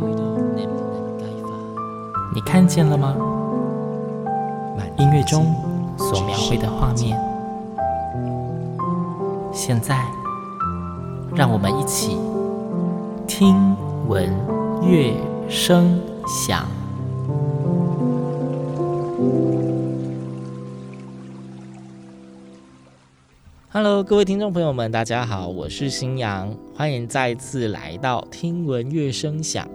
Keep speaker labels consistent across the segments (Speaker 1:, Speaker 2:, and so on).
Speaker 1: 开到能能开发
Speaker 2: 你看见了吗？
Speaker 3: 满
Speaker 2: 音乐中所描绘的画面。现在，让我们一起听闻乐声响。Hello，各位听众朋友们，大家好，我是新阳，欢迎再次来到听闻乐声响。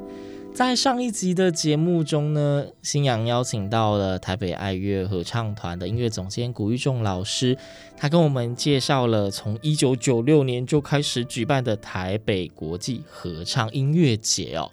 Speaker 2: 在上一集的节目中呢，新阳邀请到了台北爱乐合唱团的音乐总监古玉仲老师，他跟我们介绍了从一九九六年就开始举办的台北国际合唱音乐节哦。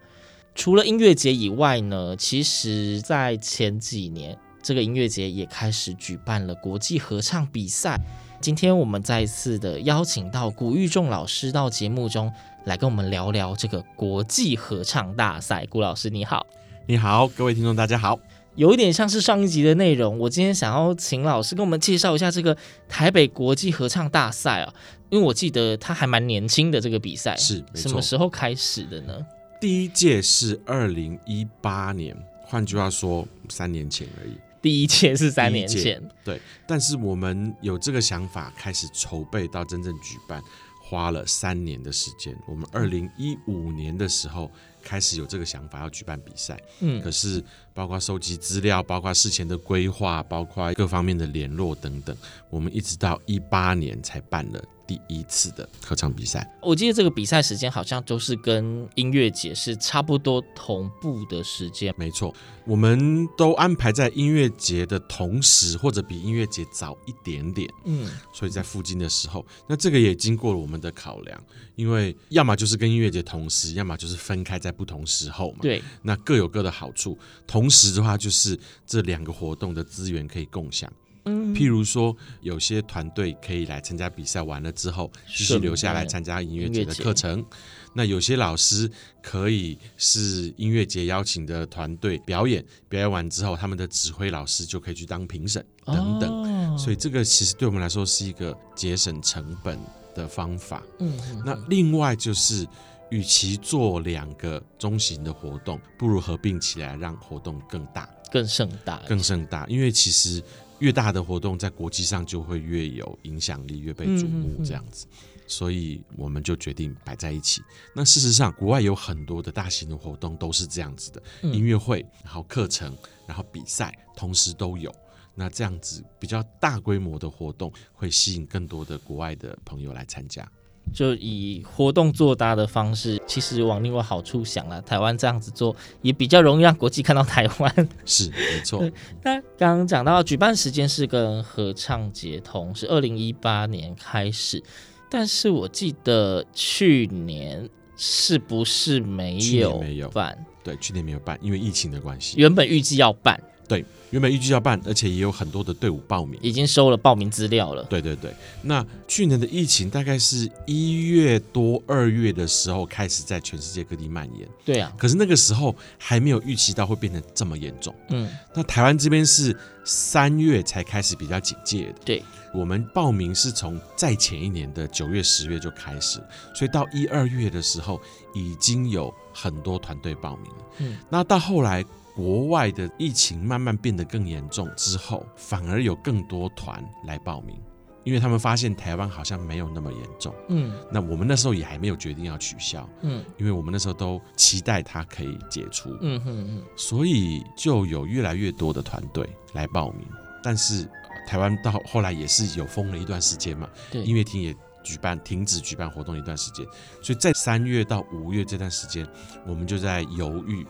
Speaker 2: 除了音乐节以外呢，其实在前几年，这个音乐节也开始举办了国际合唱比赛。今天我们再次的邀请到古玉仲老师到节目中来跟我们聊聊这个国际合唱大赛。古老师你好，
Speaker 4: 你好，各位听众，大家好。
Speaker 2: 有一点像是上一集的内容。我今天想要请老师跟我们介绍一下这个台北国际合唱大赛啊，因为我记得它还蛮年轻的这个比赛，
Speaker 4: 是没
Speaker 2: 什
Speaker 4: 错
Speaker 2: 么时候开始的呢？
Speaker 4: 第一届是二零一八年，换句话说，三年前而已。
Speaker 2: 第一届是三年
Speaker 4: 第一
Speaker 2: 前
Speaker 4: 届，对，但是我们有这个想法，开始筹备到真正举办，花了三年的时间。我们二零一五年的时候开始有这个想法要举办比赛，
Speaker 2: 嗯
Speaker 4: 可是包括收集资料，包括事前的规划，包括各方面的联络等等，我们一直到一八年才办了第一次的合唱比赛。
Speaker 2: 我记得这个比赛时间好像都是跟音乐节是差不多同步的时间。
Speaker 4: 没错，我们都安排在音乐节的同时，或者比音乐节早一点点，
Speaker 2: 嗯，
Speaker 4: 所以在附近的时候，那这个也经过了我们的考量，因为要么就是跟音乐节同时，要么就是分开在不同时候嘛。，
Speaker 2: 对，
Speaker 4: 那各有各的好处。同时的话，就是这两个活动的资源可以共享。
Speaker 2: 嗯，
Speaker 4: 譬如说，有些团队可以来参加比赛，完了之后继续
Speaker 2: 顺
Speaker 4: 留下来
Speaker 2: 便
Speaker 4: 参加音乐
Speaker 2: 音
Speaker 4: 节
Speaker 2: 乐
Speaker 4: 的
Speaker 2: 节
Speaker 4: 课程。那有些老师可以是音乐节邀请的团队表演，表演完之后，他们的指挥老师就可以去当评审等等。
Speaker 2: 等
Speaker 4: 所以这个其实对我们来说是一个节省成本的方法。
Speaker 2: 嗯，嗯
Speaker 4: 那另外就是，与其做两个中型的活动，不如合并起来，让活动更大。
Speaker 2: 更盛大，
Speaker 4: 更盛大，因为其实越大的活动在国际上就会越有影响力，越被瞩
Speaker 2: 嗯嗯嗯
Speaker 4: 目这样子。所以我们就决定摆在一起。那事实上，国外有很多的大型的活动都是这样子的，
Speaker 2: 嗯
Speaker 4: 音乐会，然后课程，然后比赛，同时都有。那这样子比较大规模的活动，会吸引更多的国外的朋友来参加。
Speaker 2: 就以活动作搭的方式，其实往另外好处想啦，台湾这样子做也比较容易让国际看到台湾。
Speaker 4: 是，没错
Speaker 2: 对，那刚刚讲到举办时间是跟合唱节同，是二零一八年开始，但是我记得去年是不是没
Speaker 4: 去
Speaker 2: 有
Speaker 4: 年没有
Speaker 2: 办？
Speaker 4: 对，去年没有办，因为疫情的关系。
Speaker 2: 原本预计要办，
Speaker 4: 对，原本预计要办，而且也有很多的队伍报名。
Speaker 2: 已经收了报名资料了。
Speaker 4: 对对对，那去年的疫情大概是一月多二月的时候开始在全世界各地蔓延，
Speaker 2: 对啊，
Speaker 4: 可是那个时候还没有预期到会变得这么严重。
Speaker 2: 嗯，
Speaker 4: 那台湾这边是三月才开始比较警戒的，
Speaker 2: 对，
Speaker 4: 我们报名是从再前一年的九月、十月就开始，所以到一二月的时候已经有很多团队报名了。
Speaker 2: 嗯，
Speaker 4: 那到后来国外的疫情慢慢变得更严重之后，反而有更多团来报名，因为他们发现台湾好像没有那么严重。
Speaker 2: 嗯
Speaker 4: 那我们那时候也还没有决定要取消，
Speaker 2: 嗯
Speaker 4: 因为我们那时候都期待它可以解除。
Speaker 2: 嗯嗯
Speaker 4: 所以就有越来越多的团队来报名，但是呃台湾到后来也是有封了一段时间嘛，
Speaker 2: 嗯，对，
Speaker 4: 音乐厅也举办停止举办活动一段时间，所以在三月到五月这段时间，我们就在犹豫，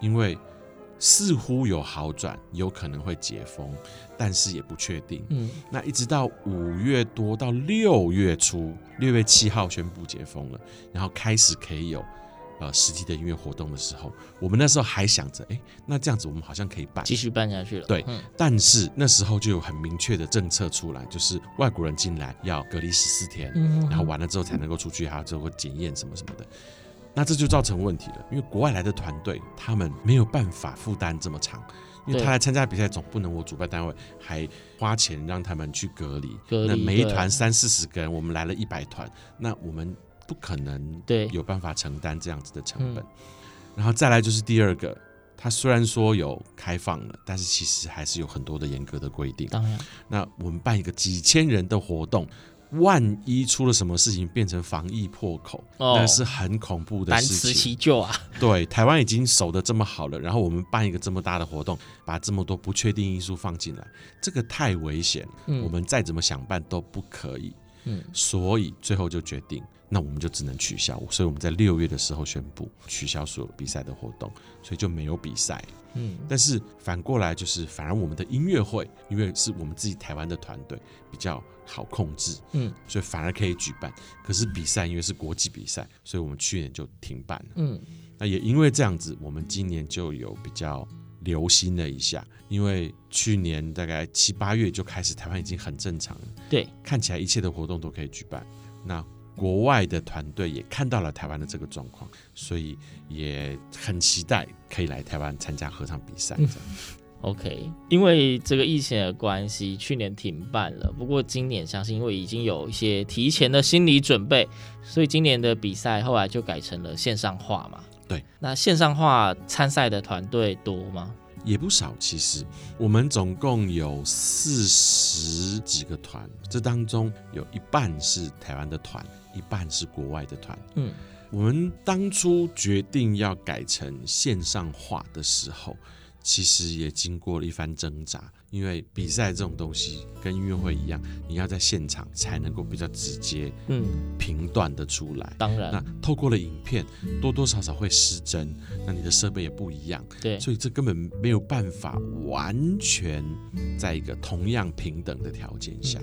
Speaker 4: 因为似乎有好转，有可能会解封，但是也不确定。
Speaker 2: 嗯
Speaker 4: 那一直到五月多到六月初，六月七号宣布解封了，然后开始可以有呃实体的音乐活动的时候，我们那时候还想着，哎，那这样子我们好像可以办。
Speaker 2: 继续办下去了。
Speaker 4: 对
Speaker 2: 嗯
Speaker 4: 但是那时候就有很明确的政策出来，就是外国人进来要隔离十四天，
Speaker 2: 嗯
Speaker 4: 然后完了之后才能够出去，还有之后检验什么什么的。那这就造成问题了，因为国外来的团队他们没有办法负担这么长，因为
Speaker 2: 对
Speaker 4: 他来参加比赛，总不能我主办单位还花钱让他们去隔离。
Speaker 2: 隔离
Speaker 4: 那每一
Speaker 2: 对
Speaker 4: 团三四十个人，我们来了一百团，那我们不可能
Speaker 2: 对
Speaker 4: 有办法承担这样子的成本
Speaker 2: 嗯。
Speaker 4: 然后再来就是第二个，它虽然说有开放了，但是其实还是有很多的严格的规定。
Speaker 2: 当然
Speaker 4: 那我们办一个几千人的活动，万一出了什么事情变成防疫破口，
Speaker 2: 哦
Speaker 4: 那是很恐怖的
Speaker 2: 难
Speaker 4: 事
Speaker 2: 辞
Speaker 4: 情。
Speaker 2: 其咎啊。
Speaker 4: 对，台湾已经守得这么好了，然后我们办一个这么大的活动，把这么多不确定因素放进来，这个太危险了。
Speaker 2: 嗯
Speaker 4: 我们再怎么想办都不可以。
Speaker 2: 嗯
Speaker 4: 所以最后就决定，那我们就只能取消。所以我们在六月的时候宣布取消所有比赛的活动，所以就没有比赛。
Speaker 2: 嗯，
Speaker 4: 但是反过来就是，反而我们的音乐会，因为是我们自己台湾的团队比较好控制，
Speaker 2: 嗯，
Speaker 4: 所以反而可以举办。可是比赛因为是国际比赛，所以我们去年就停办了。
Speaker 2: 嗯，
Speaker 4: 那也因为这样子，我们今年就有比较留心了一下，因为去年大概七八月就开始，台湾已经很正常了，
Speaker 2: 对，
Speaker 4: 看起来一切的活动都可以举办。那国外的团队也看到了台湾的这个状况，所以也很期待可以来台湾参加合唱比赛。这样
Speaker 2: OK，因为这个疫情的关系，去年停办了。不过今年相信，因为已经有一些提前的心理准备，所以今年的比赛后来就改成了线上化嘛。
Speaker 4: 对，
Speaker 2: 那线上化参赛的团队多吗？
Speaker 4: 也不少。其实我们总共有四十几个团，这当中有一半是台湾的团，一半是国外的团。
Speaker 2: 嗯，
Speaker 4: 我们当初决定要改成线上化的时候，其实也经过了一番挣扎，因为比赛这种东西跟音乐会一样，你要在现场才能够比较直接、
Speaker 2: 嗯，
Speaker 4: 评断的出来。
Speaker 2: 当然
Speaker 4: 那，透过了影片，多多少少会失真，那你的设备也不一样，
Speaker 2: 对，
Speaker 4: 所以这根本没有办法完全在一个同样平等的条件下。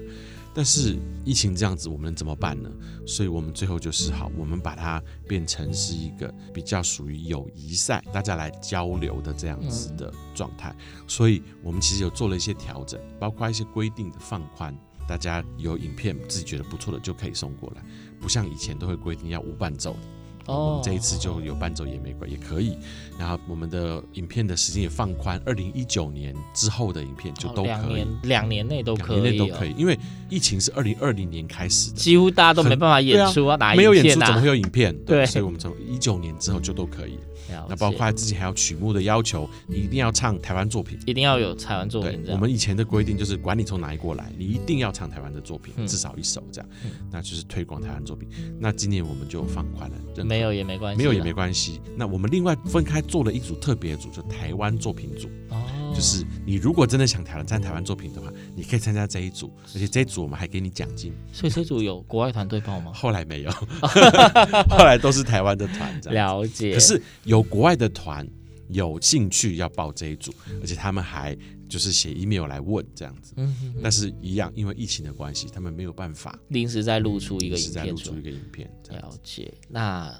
Speaker 4: 但是疫情这样子，我们能怎么办呢？所以我们最后就是好，我们把它变成是一个比较属于友谊赛，大家来交流的这样子的状态。所以我们其实有做了一些调整，包括一些规定的放宽。大家有影片自己觉得不错的就可以送过来，不像以前都会规定要无伴奏的。我
Speaker 2: 哦
Speaker 4: 们这一次就有伴奏也没关也可以。然后我们的影片的时间也放宽，二零一九年之后的影片就
Speaker 2: 哦
Speaker 4: 都
Speaker 2: 两
Speaker 4: 可以，
Speaker 2: 年两年内都
Speaker 4: 两
Speaker 2: 可
Speaker 4: 年内
Speaker 2: 以、哦，
Speaker 4: 都可以，因为疫情是二零二零年开始的，
Speaker 2: 几乎大家都没办法演
Speaker 4: 很
Speaker 2: 出啊，哪
Speaker 4: 没有演
Speaker 2: 片
Speaker 4: 出怎么
Speaker 2: 啊
Speaker 4: 会？有影片？
Speaker 2: 对
Speaker 4: 所以我们从一九年之后就都可以。
Speaker 2: 了
Speaker 4: 那包
Speaker 2: 解
Speaker 4: 括自己还有曲目的要求，你一定要唱台湾作品。
Speaker 2: 一定要有台湾作
Speaker 4: 对
Speaker 2: 品，这
Speaker 4: 我
Speaker 2: 样。
Speaker 4: 们以前的规定就是，管你从哪里过来，你一定要唱台湾的作品，
Speaker 2: 嗯
Speaker 4: 至少一首这样，那就是推广台湾作品。那今年我们就放宽了，任何
Speaker 2: 没有也没关系啦，
Speaker 4: 没有也没关系。那我们另外分开做了一组特别组，就台湾作品组，
Speaker 2: 哦，
Speaker 4: 就是你如果真的想挑战台湾作品的话，你可以参加这一组，而且这一组我们还给你奖金。
Speaker 2: 所以这组有国外团队报吗？
Speaker 4: 后来没有， 后来都是台湾的团这样。
Speaker 2: 了解，
Speaker 4: 可是有国外的团有兴趣要报这一组，而且他们还就是写 email 来问这样子。
Speaker 2: 嗯哼哼
Speaker 4: 但是一样，因为疫情的关系，他们没有办法
Speaker 2: 临时再露出一个
Speaker 4: 是
Speaker 2: 影
Speaker 4: 在
Speaker 2: 片
Speaker 4: 露
Speaker 2: 出
Speaker 4: 出
Speaker 2: 来
Speaker 4: 一。个影片这样
Speaker 2: 了
Speaker 4: 子。
Speaker 2: 解。那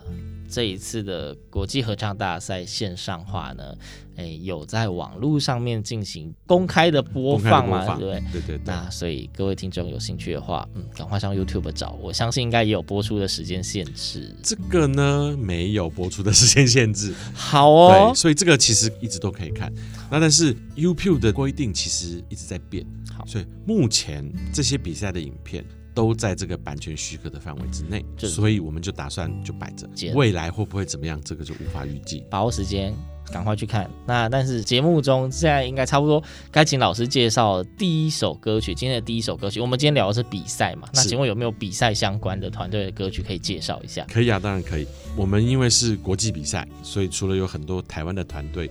Speaker 2: 这一次的国际合唱大赛线上化呢，诶，有在网络上面进行公开的播
Speaker 4: 公开的
Speaker 2: 放
Speaker 4: 播
Speaker 2: 嘛？
Speaker 4: 放，
Speaker 2: 对不对？
Speaker 4: 对对对。
Speaker 2: 那所以各位听众有兴趣的话，嗯，赶快上 YouTube 找，我相信应该也有播出的时间限制。
Speaker 4: 这个呢没有播出的时间限制，
Speaker 2: 好哦
Speaker 4: 对，，所以这个其实一直都可以看。那但是 YouTube 的规定其实一直在变，
Speaker 2: 好
Speaker 4: 所以目前这些比赛的影片都在这个版权许可的范围之内，
Speaker 2: 这
Speaker 4: 所以我们就打算就摆着
Speaker 2: 见，
Speaker 4: 未来会不会怎么样，这个就无法预计。
Speaker 2: 把握时间，赶快去看。那但是节目中现在应该差不多该请老师介绍第一首歌曲，今天的第一首歌曲。我们今天聊的是比赛嘛？那
Speaker 4: 是
Speaker 2: 请问有没有比赛相关的团队的歌曲可以介绍一下？
Speaker 4: 可以啊，当然可以。我们因为是国际比赛，所以除了有很多台湾的团队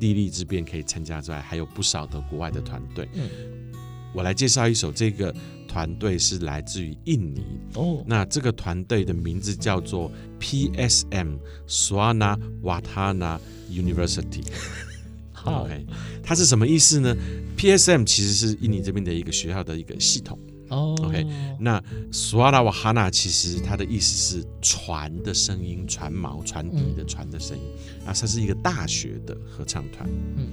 Speaker 4: 地利之便可以参加之外，还有不少的国外的团队。
Speaker 2: 嗯
Speaker 4: 我来介绍一首，这个团队是来自于印尼，
Speaker 2: 哦，
Speaker 4: 那这个团队的名字叫做 PSM Swana Watana University。
Speaker 2: 好，
Speaker 4: OK，它是什么意思呢？PSM 其实是印尼这边的一个学校的一个系统，
Speaker 2: 哦
Speaker 4: OK，那索阿拉瓦哈纳其实它的意思是船的声音，船锚、船底的船的声音。那它是一个大学的合唱团，
Speaker 2: 嗯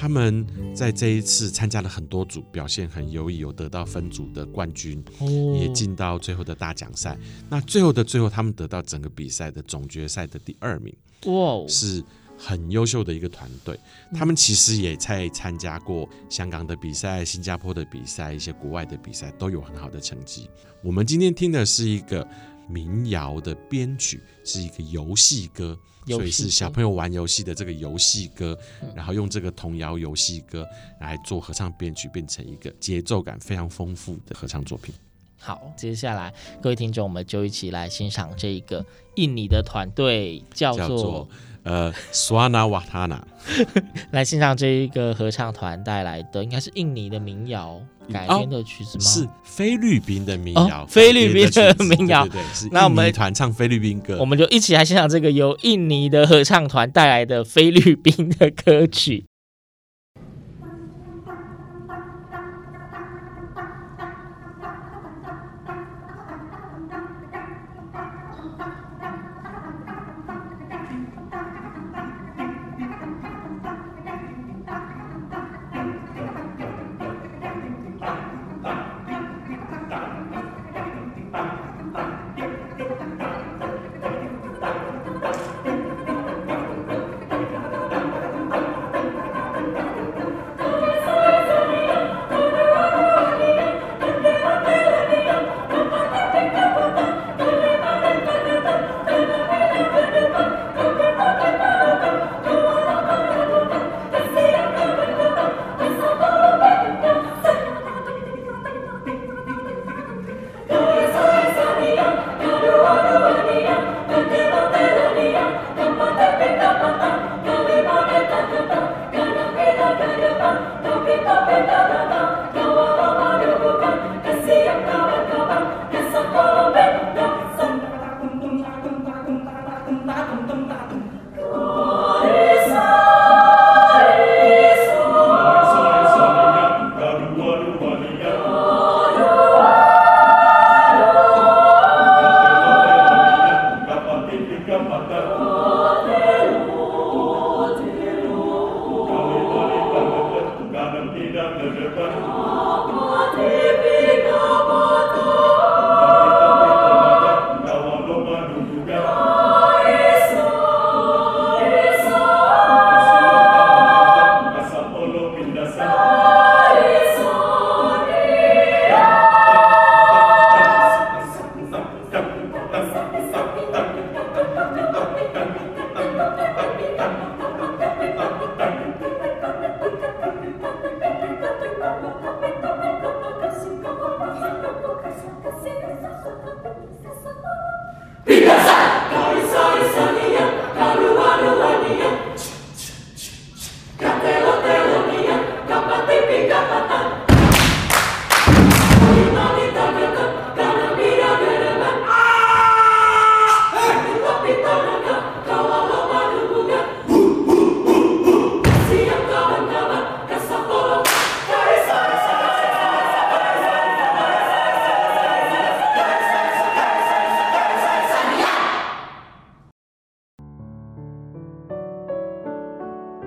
Speaker 4: 他们在这一次参加了很多组，表现很优异，有得到分组的冠军，
Speaker 2: 哦
Speaker 4: 也进到最后的大奖赛。那最后的最后，他们得到整个比赛的总决赛的第二名。
Speaker 2: 哇哦，
Speaker 4: 是很优秀的一个团队。
Speaker 2: 嗯
Speaker 4: 他们其实也在参加过香港的比赛、新加坡的比赛、一些国外的比赛，都有很好的成绩。我们今天听的是一个民谣的编曲，是一个游戏歌，
Speaker 2: 游戏歌
Speaker 4: 所以是小朋友玩游戏的这个游戏歌，然后用这个童谣游戏歌来做合唱编曲，变成一个节奏感非常丰富的合唱作品。
Speaker 2: 好，接下来各位听众，我们就一起来欣赏这一个印尼的团队叫
Speaker 4: 叫
Speaker 2: 做
Speaker 4: 做呃，Swana Watana，
Speaker 2: 来欣赏这一个合唱团带来的，应该是印尼的民谣改编的曲子吗？
Speaker 4: 是菲律宾的民谣、
Speaker 2: 哦菲律宾的
Speaker 4: 改编曲子
Speaker 2: 民谣
Speaker 4: 对对对是
Speaker 2: 那我们
Speaker 4: 印尼团唱菲律宾歌
Speaker 2: 我。们就一起来欣赏这个由印尼的合唱团带来的菲律宾的歌曲。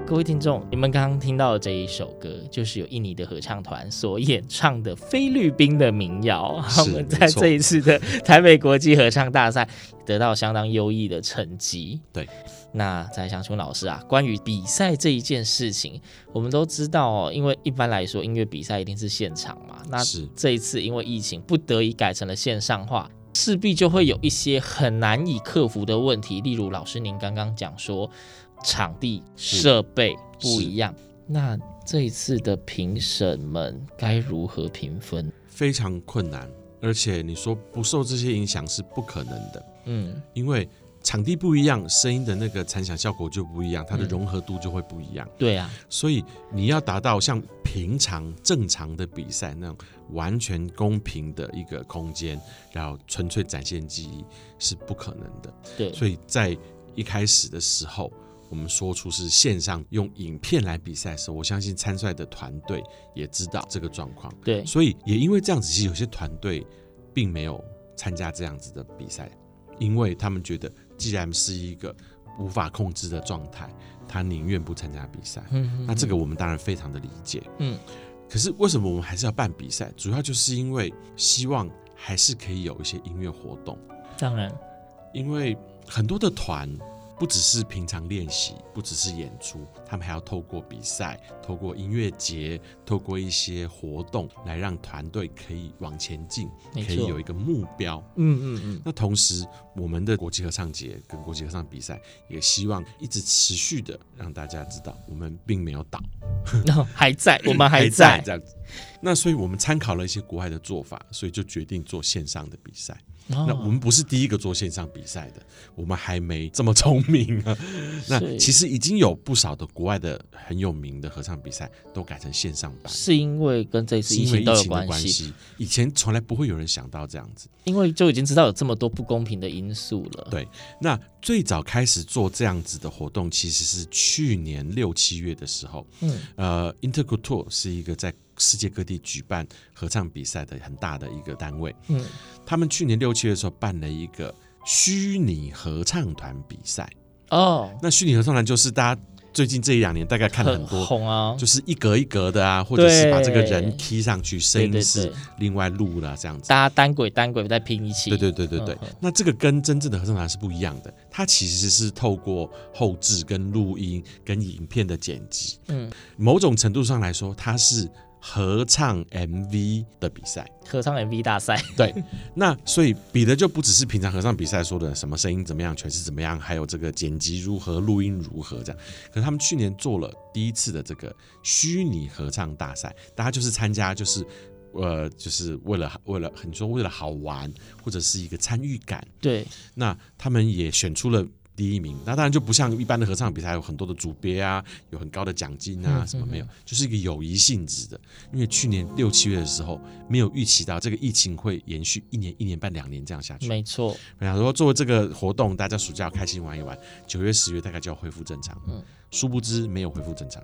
Speaker 2: 各位听众，你们刚刚听到的这一首歌，就是由印尼的合唱团所演唱的菲律宾的民谣。
Speaker 4: 是
Speaker 2: 他们在这一次的台北国际合唱大赛得到相当优异的成绩。
Speaker 4: 对，
Speaker 2: 那再想请问老师啊，关于比赛这一件事情，我们都知道哦，因为一般来说音乐比赛一定是现场嘛，那
Speaker 4: 是
Speaker 2: 这一次因为疫情不得已改成了线上化，势必就会有一些很难以克服的问题，例如老师您刚刚讲说场地设备不一样，那这一次的评审们该如何评分？
Speaker 4: 非常困难，而且你说不受这些影响是不可能的，
Speaker 2: 嗯，
Speaker 4: 因为场地不一样，声音的那个残响效果就不一样，它的
Speaker 2: 嗯
Speaker 4: 融合度就会不一样。
Speaker 2: 对啊，
Speaker 4: 所以你要达到像平常正常的比赛那种完全公平的一个空间，然后纯粹展现技艺是不可能的。
Speaker 2: 对，
Speaker 4: 所以在一开始的时候，我们说出是线上用影片来比赛的时候，我相信参赛的团队也知道这个状况，
Speaker 2: 对，
Speaker 4: 所以也因为这样子，其实有些团队并没有参加这样子的比赛，因为他们觉得既然是一个无法控制的状态，他宁愿不参加比赛。
Speaker 2: 嗯
Speaker 4: 那这个我们当然非常的理解，
Speaker 2: 嗯。
Speaker 4: 可是为什么我们还是要办比赛？主要就是因为希望还是可以有一些音乐活动，
Speaker 2: 当然，
Speaker 4: 因为很多的团不只是平常练习，不只是演出，他们还要透过比赛、透过音乐节、透过一些活动来让团队可以往前进，
Speaker 2: 没
Speaker 4: 可
Speaker 2: 错
Speaker 4: 以有一个目标。
Speaker 2: 嗯嗯嗯，
Speaker 4: 那同时，我们的国际合唱节跟国际合唱比赛也希望一直持续的让大家知道，我们并没有倒。
Speaker 2: 然后哦还在，我们嗯还
Speaker 4: 在
Speaker 2: 在，
Speaker 4: 这样子。那所以我们参考了一些国外的做法，所以就决定做线上的比赛。那我
Speaker 2: 哦
Speaker 4: 们不是第一个做线上比赛的，我们还没这么聪明 啊。那
Speaker 2: 是
Speaker 4: 其实已经有不少的国外的很有名的合唱比赛都改成线上版。
Speaker 2: 是因为跟这次
Speaker 4: 是
Speaker 2: 疫
Speaker 4: 因为
Speaker 2: 情
Speaker 4: 疫
Speaker 2: 都有
Speaker 4: 情的关
Speaker 2: 系，
Speaker 4: 系，以前从来不会有人想到这样子。
Speaker 2: 因为就已经知道有这么多不公平的因素了。
Speaker 4: 对那最早开始做这样子的活动，其实是去年六七月的时候，
Speaker 2: 嗯，
Speaker 4: 呃，Interculture 是一个在世界各地举办合唱比赛的很大的一个单位。
Speaker 2: 嗯，
Speaker 4: 他们去年六七月的时候办了一个虚拟合唱团比赛。
Speaker 2: 哦，
Speaker 4: 那虚拟合唱团就是大家最近这一两年大概看了很多，
Speaker 2: 红啊，
Speaker 4: 就是一格一格的啊，或者是把这个人踢上去，声
Speaker 2: 对对
Speaker 4: 音是
Speaker 2: 对，
Speaker 4: 另外录了这样子。
Speaker 2: 大家单轨单轨再拼一起，
Speaker 4: 对对对对对
Speaker 2: 嗯嗯，
Speaker 4: 那这个跟真正的合唱团是不一样的，它其实是透过后置、跟录音、跟影片的剪辑，
Speaker 2: 嗯，
Speaker 4: 某种程度上来说，它是合唱 MV 的比赛。
Speaker 2: 合唱 MV 大赛，
Speaker 4: 对，那所以比的就不只是平常合唱比赛说的什么声音怎么样，诠释怎么样，还有这个剪辑如何、录音如何这样。可是他们去年做了第一次的这个虚拟合唱大赛，大家就是参加，就是呃，就是为了为了你说为了好玩或者是一个参与感，
Speaker 2: 对，
Speaker 4: 那他们也选出了。第一名，那当然就不像一般的合唱比赛有很多的组别啊，有很高的奖金啊，
Speaker 2: 嗯
Speaker 4: 什么
Speaker 2: 嗯
Speaker 4: 没有，就是一个友谊性质的。因为去年六七月的时候，没有预期到这个疫情会延续一年、一年半、两年这样下去。
Speaker 2: 没错，
Speaker 4: 本来说做这个活动，大家暑假开心玩一玩，九月、十月大概就要恢复正常。
Speaker 2: 嗯
Speaker 4: 殊不知没有恢复正常，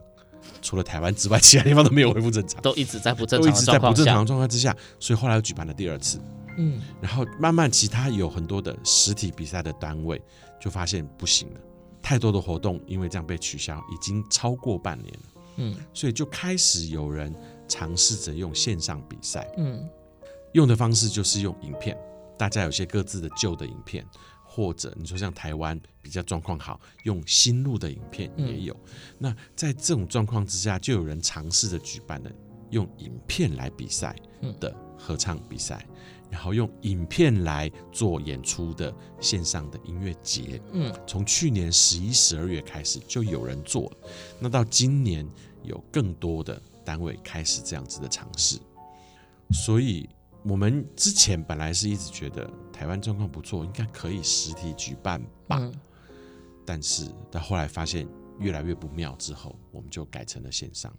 Speaker 4: 除了台湾之外，其他地方都没有恢复正常，
Speaker 2: 都一直在不正
Speaker 4: 都
Speaker 2: 常
Speaker 4: 一
Speaker 2: 的
Speaker 4: 直
Speaker 2: 状
Speaker 4: 在不
Speaker 2: 况
Speaker 4: 正常
Speaker 2: 下
Speaker 4: 的，状况之下，所以后来又举办了第二次。
Speaker 2: 嗯，
Speaker 4: 然后慢慢其他有很多的实体比赛的单位就发现不行了，太多的活动因为这样被取消，已经超过半年了。
Speaker 2: 嗯，
Speaker 4: 所以就开始有人尝试着用线上比赛，
Speaker 2: 嗯，
Speaker 4: 用的方式就是用影片，大家有些各自的旧的影片，或者你说像台湾比较状况好，用新录的影片也有。
Speaker 2: 嗯
Speaker 4: 那在这种状况之下，就有人尝试着举办了用影片来比赛
Speaker 2: 嗯
Speaker 4: 的合唱比赛，然后用影片来做演出的线上的音乐节。
Speaker 2: 嗯，
Speaker 4: 从去年十一、十二月开始就有人做了，那到今年有更多的单位开始这样子的尝试，所以。我们之前本来是一直觉得台湾状况不错，应该可以实体举办吧，
Speaker 2: 嗯
Speaker 4: 但是到后来发现越来越不妙之后，我们就改成了线上。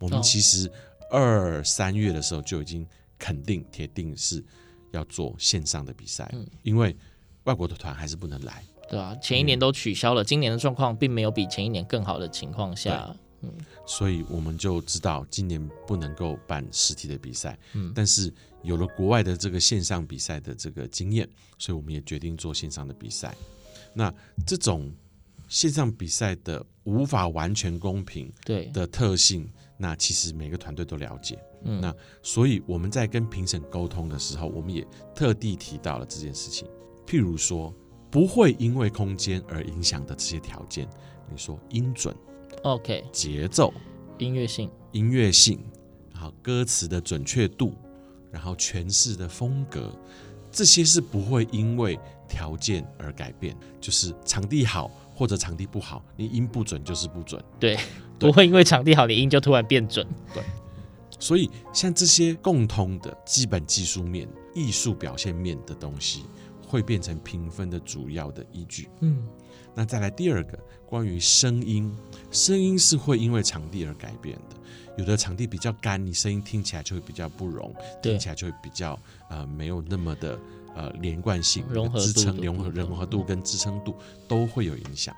Speaker 4: 我们
Speaker 2: 哦
Speaker 4: 其实二三月的时候就已经肯定铁定是要做线上的比赛，
Speaker 2: 嗯
Speaker 4: 因为外国的团还是不能来。
Speaker 2: 对啊，前一年都取消了，今年的状况并没有比前一年更好的情况下，
Speaker 4: 所以我们就知道今年不能够办实体的比赛，
Speaker 2: 嗯
Speaker 4: 但是有了国外的这个线上比赛的这个经验，所以我们也决定做线上的比赛。那这种线上比赛的无法完全公平
Speaker 2: 对，
Speaker 4: 的特性，那其实每个团队都了解，
Speaker 2: 嗯，
Speaker 4: 那所以我们在跟评审沟通的时候，我们也特地提到了这件事情。譬如说，不会因为空间而影响的这些条件，你说音准、
Speaker 2: OK
Speaker 4: 节奏、
Speaker 2: 音乐性，
Speaker 4: 音乐性，然后歌词的准确度，然后诠释的风格，这些是不会因为条件而改变。就是场地好或者场地不好，你音不准就是不准。
Speaker 2: 对，
Speaker 4: 对
Speaker 2: 不会因为场地好，你音就突然变准，
Speaker 4: 所以，像这些共通的基本技术面、艺术表现面的东西，会变成评分的主要的依据。
Speaker 2: 嗯，
Speaker 4: 那再来第二个，关于声音，声音是会因为场地而改变的。有的场地比较干，你声音听起来就会比较不容，
Speaker 2: 对
Speaker 4: 听起来就会比较呃没有那么的呃连贯性、
Speaker 2: 融合度
Speaker 4: 支撑、
Speaker 2: 的
Speaker 4: 融合
Speaker 2: 部分
Speaker 4: 融合度跟支撑度都会有影响。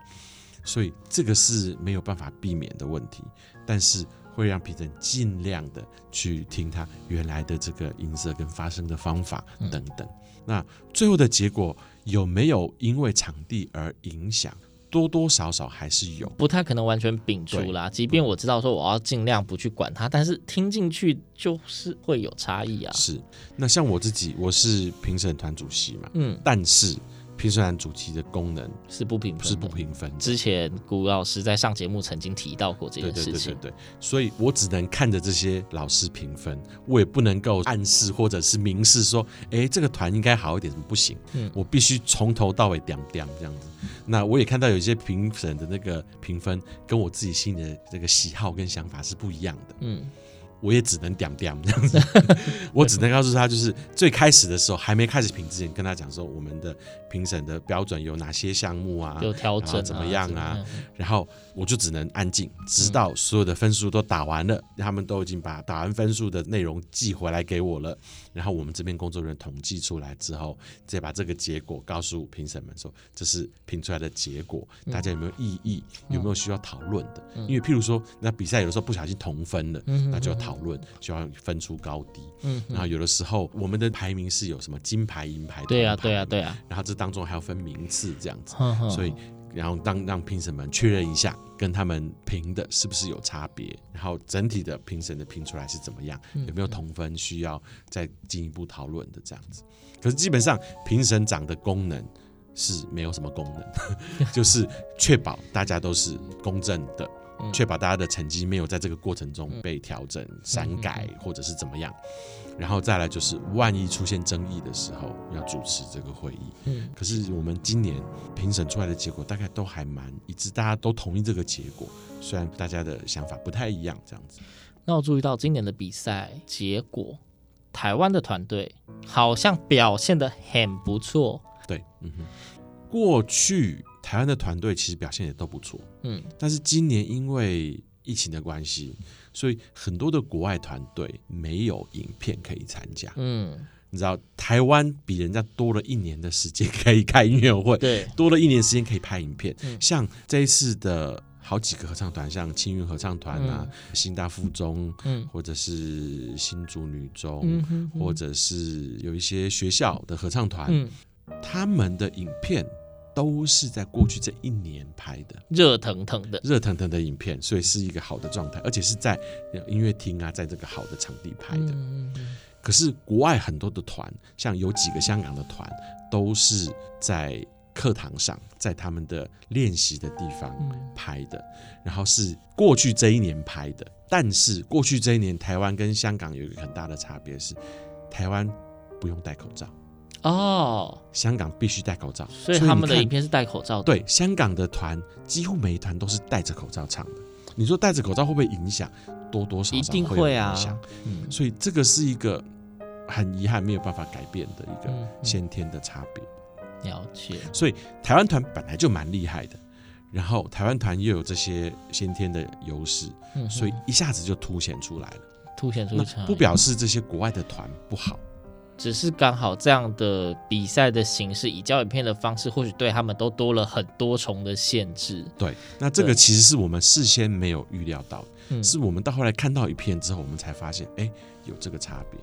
Speaker 4: 所以这个是没有办法避免的问题，但是会让评审尽量的去听他原来的这个音色跟发声的方法
Speaker 2: 嗯
Speaker 4: 等等。那最后的结果有没有因为场地而影响？多多少少还是有。
Speaker 2: 不太可能完全摒除啦。即便我知道说我要尽量不去管它，但是听进去就是会有差异啊。
Speaker 4: 是，那像我自己，我是评审团主席嘛，
Speaker 2: 嗯，
Speaker 4: 但是评审团主席的功能
Speaker 2: 是不平分的，
Speaker 4: 是不平分的。
Speaker 2: 之前古老师在上节目曾经提到过嗯这
Speaker 4: 对
Speaker 2: 件
Speaker 4: 对
Speaker 2: 事
Speaker 4: 对
Speaker 2: 情
Speaker 4: 对，对，所以我只能看着这些老师评分，我也不能够暗示或者是明示说，哎，这个团应该好一点，不行，
Speaker 2: 嗯
Speaker 4: 我必须从头到尾点点这样子。那我也看到有一些评审的那个评分跟我自己心里的这个喜好跟想法是不一样的，
Speaker 2: 嗯，
Speaker 4: 我也只能点点这样子， 我只能告诉他，就是最开始的时候还没开始评之前，跟他讲说我们的评审的标准有哪些项目啊，
Speaker 2: 有调整、
Speaker 4: 然
Speaker 2: 啊、
Speaker 4: 后怎么样
Speaker 2: 怎
Speaker 4: 啊？然后我就只能安静，直到所有的分数都打完了，他们都已经把打完分数的内容寄回来给我了，然后我们这边工作人员统计出来之后，再把这个结果告诉评审们说，这是评出来的结果，
Speaker 2: 嗯
Speaker 4: 大家有没有异议，有没有需要讨论的？因为譬如说，那比赛有的时候不小心同分了，
Speaker 2: 嗯
Speaker 4: 那就要讨论，就要分出高低。
Speaker 2: 嗯
Speaker 4: 然后有的时候我们的排名是有什么金牌、银牌、
Speaker 2: 对啊，
Speaker 4: 铜牌
Speaker 2: 对啊，对啊，
Speaker 4: 然后这当中还要分名次这样子。
Speaker 2: 哼哼
Speaker 4: 所以然后当让评审们确认一下，跟他们评的是不是有差别，然后整体的评审的评出来是怎么样，
Speaker 2: 嗯
Speaker 4: 有没有同分需要再进一步讨论的这样子。可是基本上评审长的功能。是没有什么功能， 就是确保大家都是公正的，
Speaker 2: 嗯
Speaker 4: 确保大家的成绩没有在这个过程中被调整、删改
Speaker 2: 嗯
Speaker 4: 或者是怎么样。然后再来就是，万一出现争议的时候，要主持这个会议。
Speaker 2: 嗯
Speaker 4: 可是我们今年评审出来的结果大概都还蛮一致，大家都同意这个结果，虽然大家的想法不太一样，这样子。
Speaker 2: 那我注意到今年的比赛结果，台湾的团队好像表现的很不错，
Speaker 4: 对，嗯哼。过去台湾的团队其实表现也都不错，
Speaker 2: 嗯
Speaker 4: 但是今年因为疫情的关系，所以很多的国外团队没有影片可以参加。
Speaker 2: 嗯，
Speaker 4: 你知道，台湾比人家多了一年的时间可以开音乐会，
Speaker 2: 对，
Speaker 4: 多了一年时间可以拍影片。
Speaker 2: 嗯
Speaker 4: 像这一次的好几个合唱团，像青云合唱团啊、新大附中，
Speaker 2: 嗯
Speaker 4: 或者是新竹女中，
Speaker 2: 嗯哼哼
Speaker 4: 或者是有一些学校的合唱团，
Speaker 2: 嗯
Speaker 4: 他们的影片都是在过去这一年拍的。
Speaker 2: 热腾腾的，
Speaker 4: 热腾腾的影片，所以是一个好的状态，而且是在音乐厅啊，在这个好的场地拍的。
Speaker 2: 嗯嗯嗯
Speaker 4: 可是国外很多的团，像有几个香港的团，都是在课堂上，在他们的练习的地方
Speaker 2: 嗯
Speaker 4: 拍的，然后是过去这一年拍的。但是过去这一年，台湾跟香港有一个很大的差别是，台湾不用戴口罩，
Speaker 2: 哦，
Speaker 4: 香港必须戴口罩，
Speaker 2: 所以他
Speaker 4: 你
Speaker 2: 们的
Speaker 4: 看
Speaker 2: 影片是戴口罩的，
Speaker 4: 对，香港的团几乎每一团都是戴着口罩唱的。你说戴着口罩会不会影响？多多少
Speaker 2: 一
Speaker 4: 少
Speaker 2: 定
Speaker 4: 有
Speaker 2: 会啊
Speaker 4: 影响。，
Speaker 2: 嗯
Speaker 4: 所以这个是一个很遗憾没有办法改变的一
Speaker 2: 嗯
Speaker 4: 个先天的差别。
Speaker 2: 了解，
Speaker 4: 所以台湾团本来就蛮厉害的，然后台湾团又有这些先天的优势，
Speaker 2: 嗯哼
Speaker 4: 所以一下子就凸显出来了。
Speaker 2: 凸显出
Speaker 4: 那
Speaker 2: 差
Speaker 4: 不
Speaker 2: 异。
Speaker 4: 表示这些国外的团不好，
Speaker 2: 只是刚好这样的比赛的形式，以教影片的方式，或许对他们都多了很多重的限制。
Speaker 4: 对。那这个
Speaker 2: 对
Speaker 4: 其实是我们事先没有预料到的。
Speaker 2: 嗯，
Speaker 4: 是我们到后来看到影片之后，我们才发现，哎，有这个差别。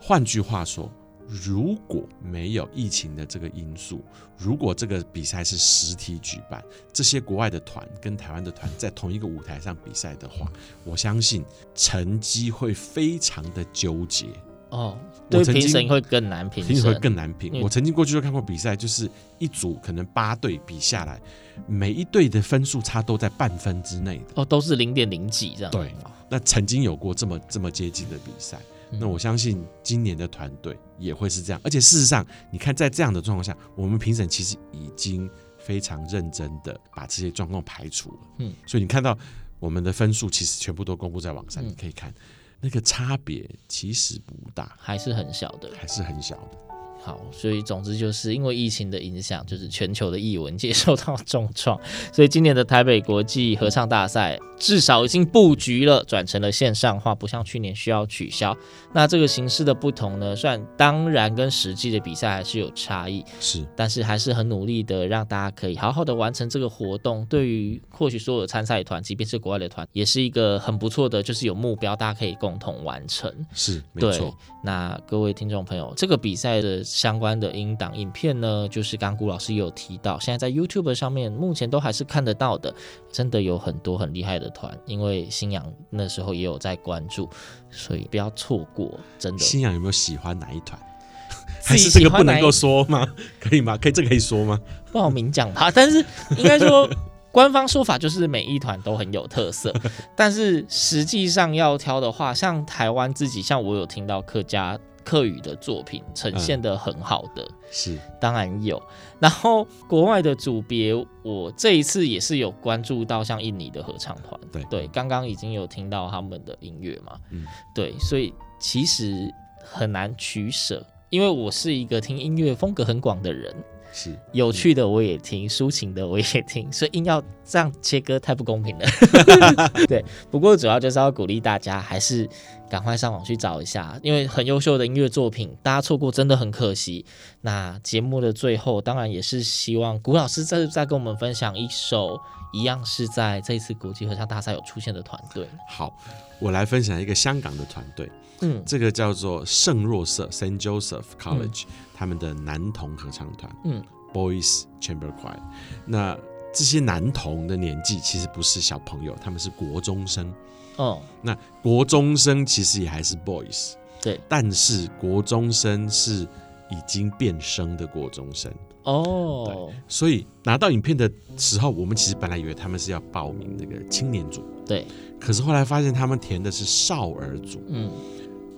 Speaker 4: 换句话说，如果没有疫情的这个因素，如果这个比赛是实体举办，这些国外的团跟台湾的团在同一个舞台上比赛的话，我相信成绩会非常的纠结，
Speaker 2: 哦，
Speaker 4: 我
Speaker 2: 对
Speaker 4: 曾经
Speaker 2: 评审会更难评
Speaker 4: 评
Speaker 2: 审，
Speaker 4: 审会更难
Speaker 2: 嗯
Speaker 4: 评。我曾经过去就看过比赛，就是一组可能八队比下来，每一队的分数差都在半分之内的。
Speaker 2: 哦，都是零点零几这样。
Speaker 4: 对那曾经有过这么这么接近的比赛，
Speaker 2: 哦嗯
Speaker 4: 那我相信今年的团队也会是这样。而且事实上，你看在这样的状况下，我们评审其实已经非常认真的把这些状况排除了。
Speaker 2: 嗯
Speaker 4: 嗯，所以你看到我们的分数其实全部都公布在网上，
Speaker 2: 嗯
Speaker 4: 你可以看那个差别其实不大，
Speaker 2: 还是很小的。
Speaker 4: 还是很小的。
Speaker 2: 好，所以总之就是因为疫情的影响，就是全球的艺文界 受到重创，所以今年的台北国际合唱大赛至少已经布局了，转成了线上化，不像去年需要取消。那这个形式的不同呢，算当然跟实际的比赛还是有差异，
Speaker 4: 是
Speaker 2: 但是还是很努力的让大家可以好好的完成这个活动。对于或许所有参赛团，即便是国外的团，也是一个很不错的，就是有目标，大家可以共同完成。
Speaker 4: 是没
Speaker 2: 对
Speaker 4: 错，，
Speaker 2: 那各位听众朋友，这个比赛的相关的音档影片呢，就是刚顾老师也有提到，现在在 YouTube 上面目前都还是看得到的，真的有很多很厉害的团，因为新阳那时候也有在关注，所以不要错过，真的。
Speaker 4: 新阳有没有喜欢哪一团？
Speaker 2: 自
Speaker 4: 还
Speaker 2: 己
Speaker 4: 是这
Speaker 2: 喜
Speaker 4: 个
Speaker 2: 欢
Speaker 4: 不
Speaker 2: 哪
Speaker 4: 能
Speaker 2: 一
Speaker 4: 够说吗？可以吗？可以这个可以说吗？
Speaker 2: 不好明讲吧，但是应该说官方说法就是每一团都很有特色， 但是实际上要挑的话，像台湾自己，像我有听到客家客语的作品呈
Speaker 4: 嗯
Speaker 2: 现的很好的。
Speaker 4: 是
Speaker 2: 当然有。然后国外的组别，我这一次也是有关注到像印尼的合唱团，
Speaker 4: 对
Speaker 2: 刚刚已经有听到他们的音乐嘛，
Speaker 4: 嗯
Speaker 2: 对，所以其实很难取舍，因为我是一个听音乐风格很广的人，
Speaker 4: 是，
Speaker 2: 有趣的我也听，抒情的我也听，所以硬要这样切割太不公 平了。对，不过主要就是要鼓励大家，还是赶快上网去找一下，因为很优秀的音乐作品，大家错过真的很可惜。那节目的最后，当然也是希望古老师再再跟我们分享一首，一样是在这一次国际合唱大赛有出现的团队。
Speaker 4: 好，我来分享一个香港的团队，
Speaker 2: 嗯
Speaker 4: 这个叫做圣若瑟 （Saint Joseph College）、他们的男童合唱团，
Speaker 2: 嗯
Speaker 4: ，Boys Chamber Choir。那这些男童的年纪其实不是小朋友，他们是国中生。
Speaker 2: 哦，
Speaker 4: 那国中生其实也还是 boys，
Speaker 2: 对
Speaker 4: 但是国中生是已经变声的国中生，
Speaker 2: 哦，
Speaker 4: 所以拿到影片的时候，我们其实本来以为他们是要报名那个青年组，
Speaker 2: 对，
Speaker 4: 可是后来发现他们填的是少儿组，
Speaker 2: 嗯，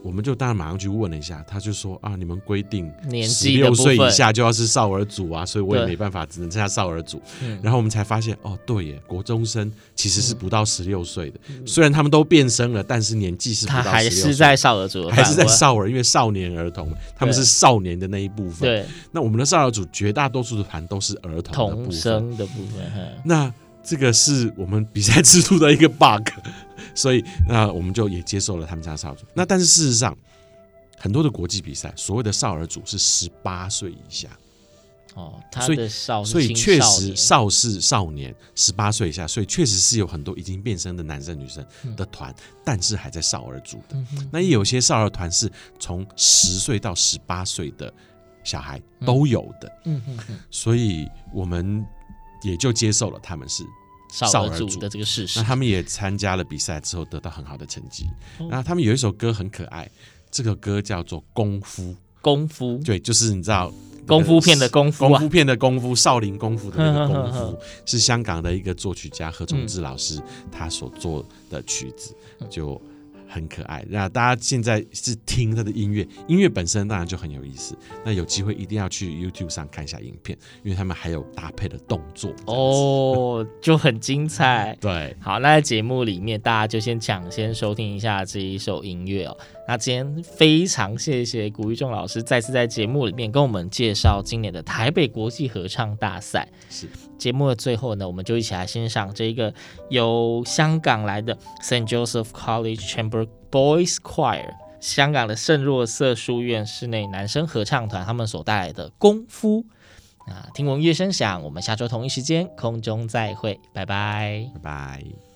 Speaker 4: 我们就当然马上去问了一下，他就说啊，你们规定
Speaker 2: 年
Speaker 4: 十
Speaker 2: 纪的
Speaker 4: 六
Speaker 2: 部
Speaker 4: 岁
Speaker 2: 分
Speaker 4: 以，下就要是少儿组啊，所以我也
Speaker 2: 对
Speaker 4: 没办法，只能参加少儿组。
Speaker 2: 嗯
Speaker 4: 然后我们才发现，哦，对耶，国中生其实是不到十六岁的，虽然他们都变声了，但是年纪是不
Speaker 2: 嗯他
Speaker 4: 到
Speaker 2: 还
Speaker 4: 16岁
Speaker 2: 是在少儿组的
Speaker 4: 还是在
Speaker 2: 范围
Speaker 4: 少儿，因为少年儿童嘛，他们
Speaker 2: 对
Speaker 4: 是少年的那一部分。
Speaker 2: 对
Speaker 4: 那我们的少儿组绝大多数的盘都是儿童的部
Speaker 2: 童
Speaker 4: 分。
Speaker 2: 声的部分。哼
Speaker 4: 那这个是我们比赛制度的一个 bug，所以那我们就也接受了他们家少儿组。那但是事实上，很多的国际比赛，所谓的少儿组是十八岁以下，
Speaker 2: 哦，他
Speaker 4: 所以
Speaker 2: 的少是
Speaker 4: 所以
Speaker 2: 青
Speaker 4: 确
Speaker 2: 少
Speaker 4: 实
Speaker 2: 年
Speaker 4: 少是少年，十八岁以下，所以确实是有很多已经变声的男生女生
Speaker 2: 嗯
Speaker 4: 的团，但是还在少儿组的。那也有些少儿团是从十岁到十八岁的小孩都有的，
Speaker 2: 嗯哼哼
Speaker 4: 所以我们也就接受了他们是。
Speaker 2: 少
Speaker 4: 少
Speaker 2: 儿
Speaker 4: 儿
Speaker 2: 组
Speaker 4: 组
Speaker 2: 的这个事实
Speaker 4: 那。他们也参加了比赛之后得到很好的成绩
Speaker 2: 哦。
Speaker 4: 那他们有一首歌很可爱，这个歌叫做《功夫
Speaker 2: 功夫》，，
Speaker 4: 对，就是你知道
Speaker 2: 功夫片的功夫
Speaker 4: 功
Speaker 2: 啊
Speaker 4: 夫，片的功夫，少林功夫的那个
Speaker 2: 呵
Speaker 4: 功
Speaker 2: 呵呵呵
Speaker 4: 夫，是香港的一个作曲家何崇志老师他所做的曲子，就很可爱。那大家现在是听他的音乐，音乐本身当然就很有意思。那有机会一定要去 YouTube 上看一下影片，因为他们还有搭配的动作。哦，
Speaker 2: 哦，就很精彩。
Speaker 4: 对，
Speaker 2: 好，那在节目里面，大家就先抢先收听一下这一首音乐哦。那今天非常谢谢古玉仲老师再次在节目里面跟我们介绍今年的台北国际合唱大赛。
Speaker 4: 是
Speaker 2: 节目的最后呢，我们就一起来欣赏这一个由香港来的 St. Joseph College Chamber Boys Choir，香港的圣若瑟书院室内男生合唱团他们所带来的《功夫》啊。听闻乐声响，我们下周同一时间空中再会，拜拜。
Speaker 4: 拜拜。